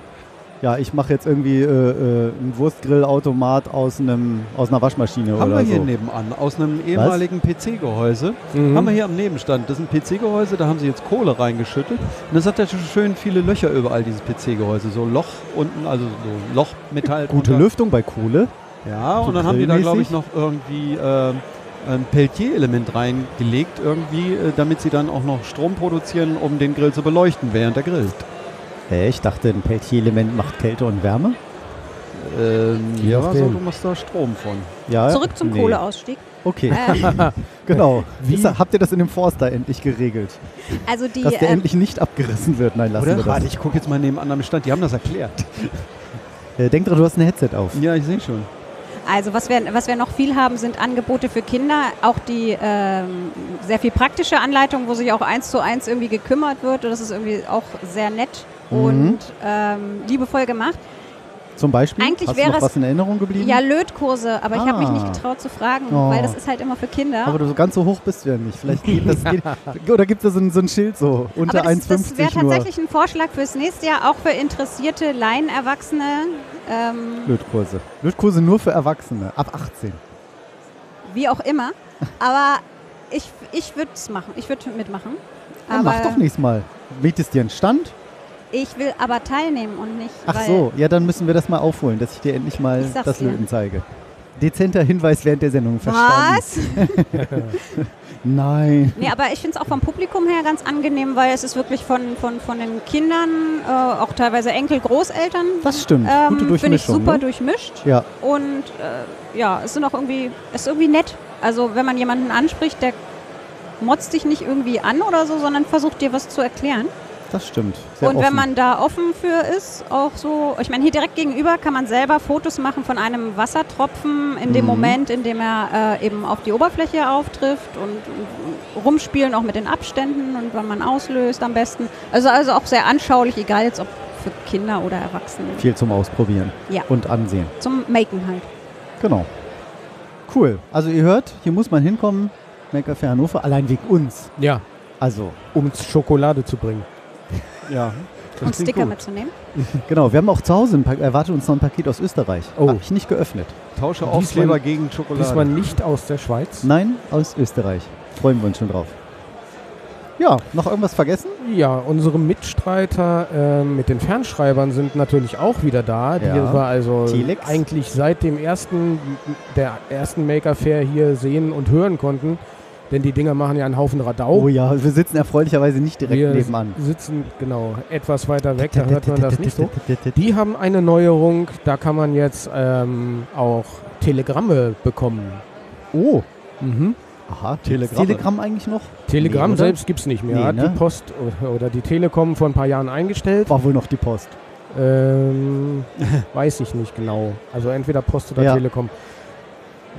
Speaker 2: ja, ich mache jetzt irgendwie äh, äh, einen Wurstgrillautomat aus einem aus einer Waschmaschine
Speaker 1: Haben
Speaker 2: oder
Speaker 1: wir hier
Speaker 2: so.
Speaker 1: nebenan, aus einem ehemaligen PC-Gehäuse.
Speaker 2: Mhm.
Speaker 3: Hm?
Speaker 1: Haben wir hier am Nebenstand. Das ist ein PC-Gehäuse, da haben sie jetzt Kohle reingeschüttet. Und das hat ja schon schön viele Löcher überall, dieses PC-Gehäuse. So Loch unten, also so Lochmetall.
Speaker 2: Gute
Speaker 1: drunter.
Speaker 2: Lüftung bei Kohle.
Speaker 1: Ja,
Speaker 2: So
Speaker 1: und dann haben die da, glaube ich,
Speaker 2: grillmäßig.
Speaker 1: noch irgendwie ähm, ein Peltier-Element reingelegt, irgendwie, äh, damit sie dann auch noch Strom produzieren, um den Grill zu beleuchten, während er grillt.
Speaker 2: Hä, ich dachte, ein Peltier-Element macht Kälte und Wärme.
Speaker 1: Ähm, ja, so,
Speaker 3: nachdem.
Speaker 1: du machst da Strom von.
Speaker 2: Ja,
Speaker 4: Zurück zum
Speaker 2: Äh, nee.
Speaker 4: Kohleausstieg.
Speaker 2: Okay,
Speaker 4: Ähm,
Speaker 2: genau.
Speaker 3: Wie-
Speaker 2: Ist da- habt ihr das in dem Forster endlich geregelt?
Speaker 4: also die,
Speaker 2: Dass der
Speaker 4: ähm,
Speaker 2: endlich nicht abgerissen wird? Nein, lassen wir
Speaker 1: Oder?
Speaker 2: das.
Speaker 1: Warte, ich gucke jetzt mal nebenan am Stand. Die haben das erklärt.
Speaker 2: Äh, denk dran, du hast ein Headset auf.
Speaker 1: Ja, ich sehe schon.
Speaker 4: Also was wir, was wir noch viel haben, sind Angebote für Kinder, auch die ähm, sehr viel praktische Anleitung, wo sich auch eins zu eins irgendwie gekümmert wird. Und das ist irgendwie auch sehr nett
Speaker 2: Mhm.
Speaker 4: und ähm, liebevoll gemacht.
Speaker 2: Zum Beispiel?
Speaker 4: Eigentlich
Speaker 2: hast
Speaker 4: wäre
Speaker 2: du noch
Speaker 4: es-
Speaker 2: was in Erinnerung geblieben?
Speaker 4: Ja, Lötkurse, aber ich habe mich
Speaker 2: Ah.
Speaker 4: nicht getraut zu fragen,
Speaker 2: Oh.
Speaker 4: weil das ist halt immer für Kinder.
Speaker 2: Aber du, so ganz so hoch bist du ja nicht. Vielleicht geht das geht, Oder gibt es da so ein, so ein Schild so unter
Speaker 4: aber das, das wäre
Speaker 2: 1,50 nur
Speaker 4: tatsächlich ein Vorschlag fürs nächste Jahr, auch für interessierte Laienerwachsene, ähm,
Speaker 2: Lötkurse. Lötkurse nur für Erwachsene, ab 18.
Speaker 4: wie auch immer. Aber ich, ich würde es machen, ich würde mitmachen.
Speaker 2: Ja, mach doch nächstes Mal. Mietest dir einen Stand?
Speaker 4: Ich will aber teilnehmen und nicht.
Speaker 2: Ach
Speaker 4: weil
Speaker 2: so, ja, dann müssen wir das mal aufholen, dass ich dir endlich mal
Speaker 4: Ich sag's
Speaker 2: das
Speaker 4: dir.
Speaker 2: Löten zeige. Dezenter Hinweis während der Sendung, verstanden?
Speaker 4: Was?
Speaker 2: Nein.
Speaker 4: Nee, aber ich finde es auch vom Publikum her ganz angenehm, weil es ist wirklich von, von, von den Kindern, äh, auch teilweise Enkel, Großeltern,
Speaker 2: Das stimmt. Gute
Speaker 4: ähm, finde ich
Speaker 2: Durchmischung.
Speaker 4: super
Speaker 2: ne?
Speaker 4: durchmischt.
Speaker 2: ja,
Speaker 4: Und äh, ja, es sind auch irgendwie, es ist irgendwie nett. Also wenn man jemanden anspricht, der motzt dich nicht irgendwie an oder so, sondern versucht dir was zu erklären.
Speaker 2: das stimmt. Sehr
Speaker 4: und
Speaker 2: offen.
Speaker 4: wenn man da offen für ist, auch so, ich meine, hier direkt gegenüber kann man selber Fotos machen von einem Wassertropfen in dem
Speaker 2: Mhm.
Speaker 4: Moment, in dem er äh, eben auf die Oberfläche auftrifft und, und rumspielen auch mit den Abständen und wann man auslöst am besten. Also, also auch sehr anschaulich, egal jetzt ob für Kinder oder Erwachsene.
Speaker 2: Viel zum Ausprobieren
Speaker 4: Ja.
Speaker 2: und Ansehen.
Speaker 4: Zum Maken halt.
Speaker 2: Genau. Cool. Also ihr hört, hier muss man hinkommen. Maker für Hannover, allein wegen uns.
Speaker 3: Ja,
Speaker 2: Also,
Speaker 3: um Schokolade zu bringen.
Speaker 1: Ja.
Speaker 4: Und Sticker
Speaker 1: gut.
Speaker 4: mitzunehmen.
Speaker 2: genau, wir haben auch zu Hause, ein Pak- erwartet uns noch ein Paket aus Österreich.
Speaker 3: Oh.
Speaker 2: Habe ich nicht geöffnet.
Speaker 1: Tausche
Speaker 3: Diesmal-
Speaker 1: Aufkleber gegen Schokolade.
Speaker 3: Diesmal nicht aus der Schweiz.
Speaker 2: Nein, aus Österreich. Freuen wir uns schon drauf. Ja, noch irgendwas vergessen?
Speaker 3: Ja, unsere Mitstreiter ähm, mit den Fernschreibern sind natürlich auch wieder da. Die
Speaker 2: Ja.
Speaker 3: wir also
Speaker 2: Telex.
Speaker 3: eigentlich seit dem ersten, der ersten Maker Fair hier sehen und hören konnten. Denn die Dinger machen ja einen Haufen Radau.
Speaker 2: Oh ja, wir sitzen erfreulicherweise nicht direkt
Speaker 3: Wir
Speaker 2: nebenan.
Speaker 3: sitzen, genau, etwas weiter weg, da hört man das nicht so. Die haben eine Neuerung, da kann man jetzt ähm, auch Telegramme bekommen.
Speaker 2: Oh,
Speaker 3: Mhm.
Speaker 2: aha,
Speaker 1: Telegramme.
Speaker 2: Telegram. Telegram eigentlich noch?
Speaker 3: Telegramm
Speaker 2: Nee, oder?
Speaker 3: selbst gibt es nicht mehr.
Speaker 2: Nee,
Speaker 3: Hat
Speaker 2: ne?
Speaker 3: die Post o- oder die Telekom vor ein paar Jahren eingestellt.
Speaker 2: War wohl noch die Post.
Speaker 3: Ähm, weiß ich nicht genau. Also entweder Post oder
Speaker 2: Ja.
Speaker 3: Telekom.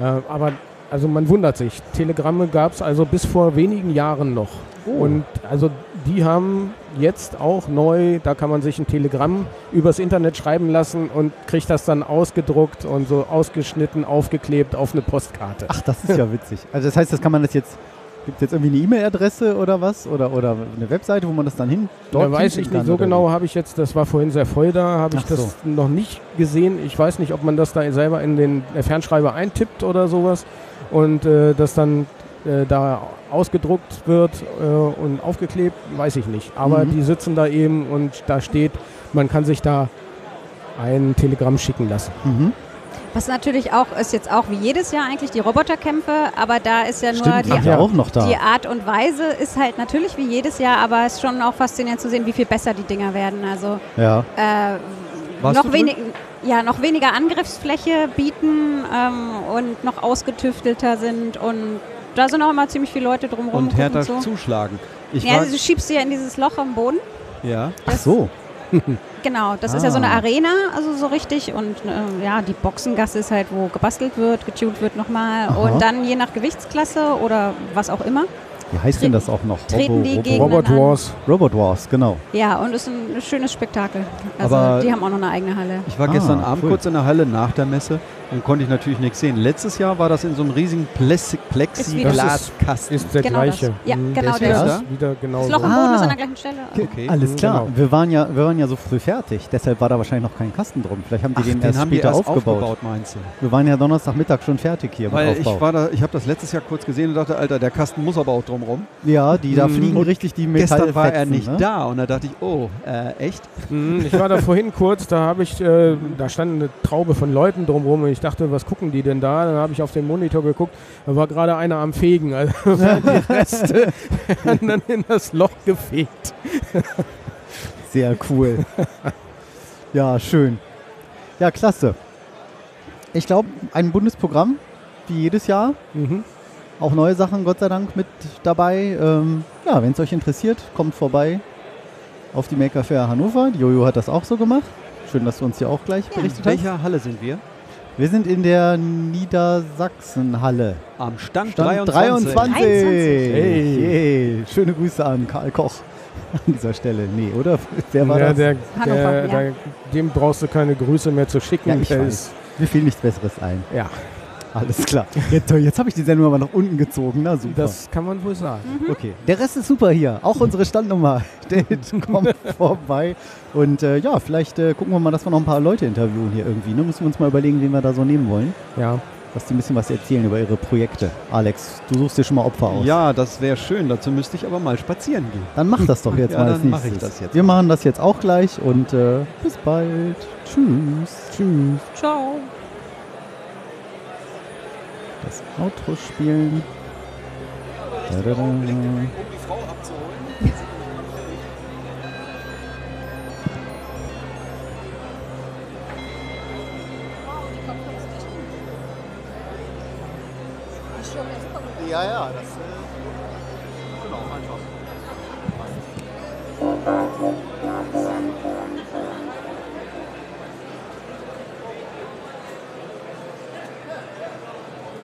Speaker 3: Äh, aber also man wundert sich. Telegramme gab es also bis vor wenigen Jahren noch.
Speaker 2: Oh.
Speaker 3: Und also die haben jetzt auch neu, da kann man sich ein Telegramm übers Internet schreiben lassen und kriegt das dann ausgedruckt und so ausgeschnitten, aufgeklebt auf eine Postkarte.
Speaker 2: Ach, das ist ja witzig. Also das heißt, das kann man das jetzt. Gibt es jetzt irgendwie eine E-Mail-Adresse oder was? Oder, oder eine Webseite, wo man das dann hin?
Speaker 3: Da weiß
Speaker 2: hinschicken
Speaker 3: ich nicht,
Speaker 2: kann
Speaker 3: so
Speaker 2: oder
Speaker 3: genau habe ich jetzt, das war vorhin sehr voll da, habe ich
Speaker 2: Ach
Speaker 3: das noch nicht gesehen. Ich weiß nicht, ob man das da selber in den äh, Fernschreiber eintippt oder sowas und äh, das dann äh, da ausgedruckt wird äh, und aufgeklebt, weiß ich nicht. Aber
Speaker 2: Mhm.
Speaker 3: die sitzen da eben und da steht, man kann sich da ein Telegramm schicken lassen.
Speaker 2: wie? Mhm.
Speaker 4: Was natürlich auch ist jetzt auch wie jedes Jahr eigentlich die Roboterkämpfe, aber da ist ja nur
Speaker 2: Stimmt, die
Speaker 4: die,
Speaker 2: ja auch noch da.
Speaker 4: die Art und Weise ist halt natürlich wie jedes Jahr, aber es ist schon auch faszinierend zu sehen, wie viel besser die Dinger werden. Also
Speaker 2: Ja.
Speaker 4: äh,
Speaker 1: Warst
Speaker 4: noch,
Speaker 1: du
Speaker 4: wenig, ja, noch weniger Angriffsfläche bieten ähm, und noch ausgetüftelter sind und da sind auch immer ziemlich viele Leute drumherum.
Speaker 1: Und härter
Speaker 4: so.
Speaker 1: zuschlagen. Ich
Speaker 4: Ja,
Speaker 1: war,
Speaker 4: also du schiebst sie ja in dieses Loch am Boden.
Speaker 1: ja.
Speaker 2: Ach so.
Speaker 4: Genau, das ist ja so eine
Speaker 2: Ah.
Speaker 4: Arena, also so richtig. Und ähm, ja, die Boxengasse ist halt, wo gebastelt wird, getuned wird nochmal.
Speaker 2: Aha.
Speaker 4: Und dann je nach Gewichtsklasse oder was auch immer.
Speaker 2: Wie heißt denn das auch noch?
Speaker 4: Treten die gegen- Gegnern
Speaker 3: Robot
Speaker 4: an.
Speaker 3: Wars.
Speaker 2: Robot Wars, genau.
Speaker 4: Ja, und ist ein schönes Spektakel. Also
Speaker 1: Aber-
Speaker 4: die haben auch noch eine eigene Halle.
Speaker 1: Ich war
Speaker 2: Ah,
Speaker 1: gestern Abend
Speaker 2: cool.
Speaker 1: kurz in der Halle nach der Messe und konnte ich natürlich nichts sehen. Letztes Jahr war das in so einem riesigen Plexi-
Speaker 4: wieder-
Speaker 1: Plexiglaskasten.
Speaker 3: Ist der
Speaker 4: Genau
Speaker 3: gleiche.
Speaker 4: das. Ja,
Speaker 3: Mhm,
Speaker 4: genau
Speaker 3: ist wieder-
Speaker 1: der.
Speaker 3: Wieder genau
Speaker 4: Das
Speaker 3: so.
Speaker 4: Loch am Boden
Speaker 2: Ah.
Speaker 4: ist an der gleichen Stelle.
Speaker 1: Okay.
Speaker 2: Alles klar.
Speaker 3: Genau.
Speaker 2: Wir, waren ja, wir waren ja so früh fertig, deshalb war da wahrscheinlich noch kein Kasten drum. Vielleicht haben die den, erst
Speaker 1: haben die
Speaker 2: später
Speaker 1: erst
Speaker 2: aufgebaut.
Speaker 1: meinst du?
Speaker 2: Wir waren ja Donnerstagmittag schon fertig hier
Speaker 1: Weil
Speaker 2: beim
Speaker 1: ich
Speaker 2: Aufbau.
Speaker 1: war da, ich habe das letztes Jahr kurz gesehen und dachte, Alter, der Kasten muss aber auch drumrum.
Speaker 2: ja, die da
Speaker 1: Mhm.
Speaker 2: fliegen
Speaker 1: Und
Speaker 2: richtig die
Speaker 1: Gestern
Speaker 2: Metallfetzen.
Speaker 1: war er nicht
Speaker 2: ne?
Speaker 1: da und da dachte ich, oh, äh, echt?
Speaker 3: Mhm, Ich war da vorhin kurz, da habe ich, äh, da stand eine Traube von Leuten drumherum und ich dachte, was gucken die denn da? Dann habe ich auf den Monitor geguckt, da war gerade einer am Fegen, also waren die Reste werden dann in das Loch gefegt.
Speaker 2: Sehr cool. ja, schön. Ja, klasse. Ich glaube, ein Bundesprogramm, wie jedes Jahr.
Speaker 3: Mhm.
Speaker 2: Auch neue Sachen, Gott sei Dank, mit dabei. Ähm, ja, wenn es euch interessiert, kommt vorbei auf die Maker Fair Hannover. Die Jojo hat das auch so gemacht. Schön, dass du uns hier auch gleich berichtet
Speaker 1: In
Speaker 2: hast.
Speaker 1: welcher Halle sind wir?
Speaker 2: Wir sind in der Niedersachsenhalle.
Speaker 1: Am Stand,
Speaker 2: Stand
Speaker 1: 23.
Speaker 2: 23.
Speaker 4: 23.
Speaker 2: Hey. Schöne Grüße an Karl Koch an dieser Stelle. Nee, oder? Wer war
Speaker 3: Ja,
Speaker 2: das?
Speaker 3: der, der,
Speaker 4: Hannover, ja.
Speaker 3: der, dem brauchst du keine Grüße mehr zu schicken.
Speaker 2: Ja, ich
Speaker 3: der
Speaker 2: weiß.
Speaker 3: ist,
Speaker 2: Mir fiel nichts Besseres ein.
Speaker 3: ja
Speaker 2: Alles klar. Jetzt, jetzt habe ich die Sendung aber nach unten gezogen. Na super.
Speaker 3: das kann man wohl sagen.
Speaker 2: okay. Der Rest ist super hier. Auch unsere Standnummer. Stellt, kommt vorbei. Und äh, ja, vielleicht äh, gucken wir mal, dass wir noch ein paar Leute interviewen hier irgendwie. Ne? Müssen wir uns mal überlegen, wen wir da so nehmen wollen.
Speaker 3: Ja,
Speaker 2: Dass die ein bisschen was erzählen über ihre Projekte. Alex, du suchst dir schon mal Opfer aus.
Speaker 1: Ja, das wäre schön. Dazu müsste ich aber mal spazieren gehen.
Speaker 2: Dann mach das doch jetzt
Speaker 1: Ja,
Speaker 2: mal als
Speaker 1: dann mach
Speaker 2: nächstes.
Speaker 1: ich das jetzt
Speaker 2: Wir machen das jetzt auch gleich und äh, bis bald. Tschüss. Tschüss.
Speaker 4: Ciao.
Speaker 2: Das Outro spielen. Dadada.
Speaker 4: Ach,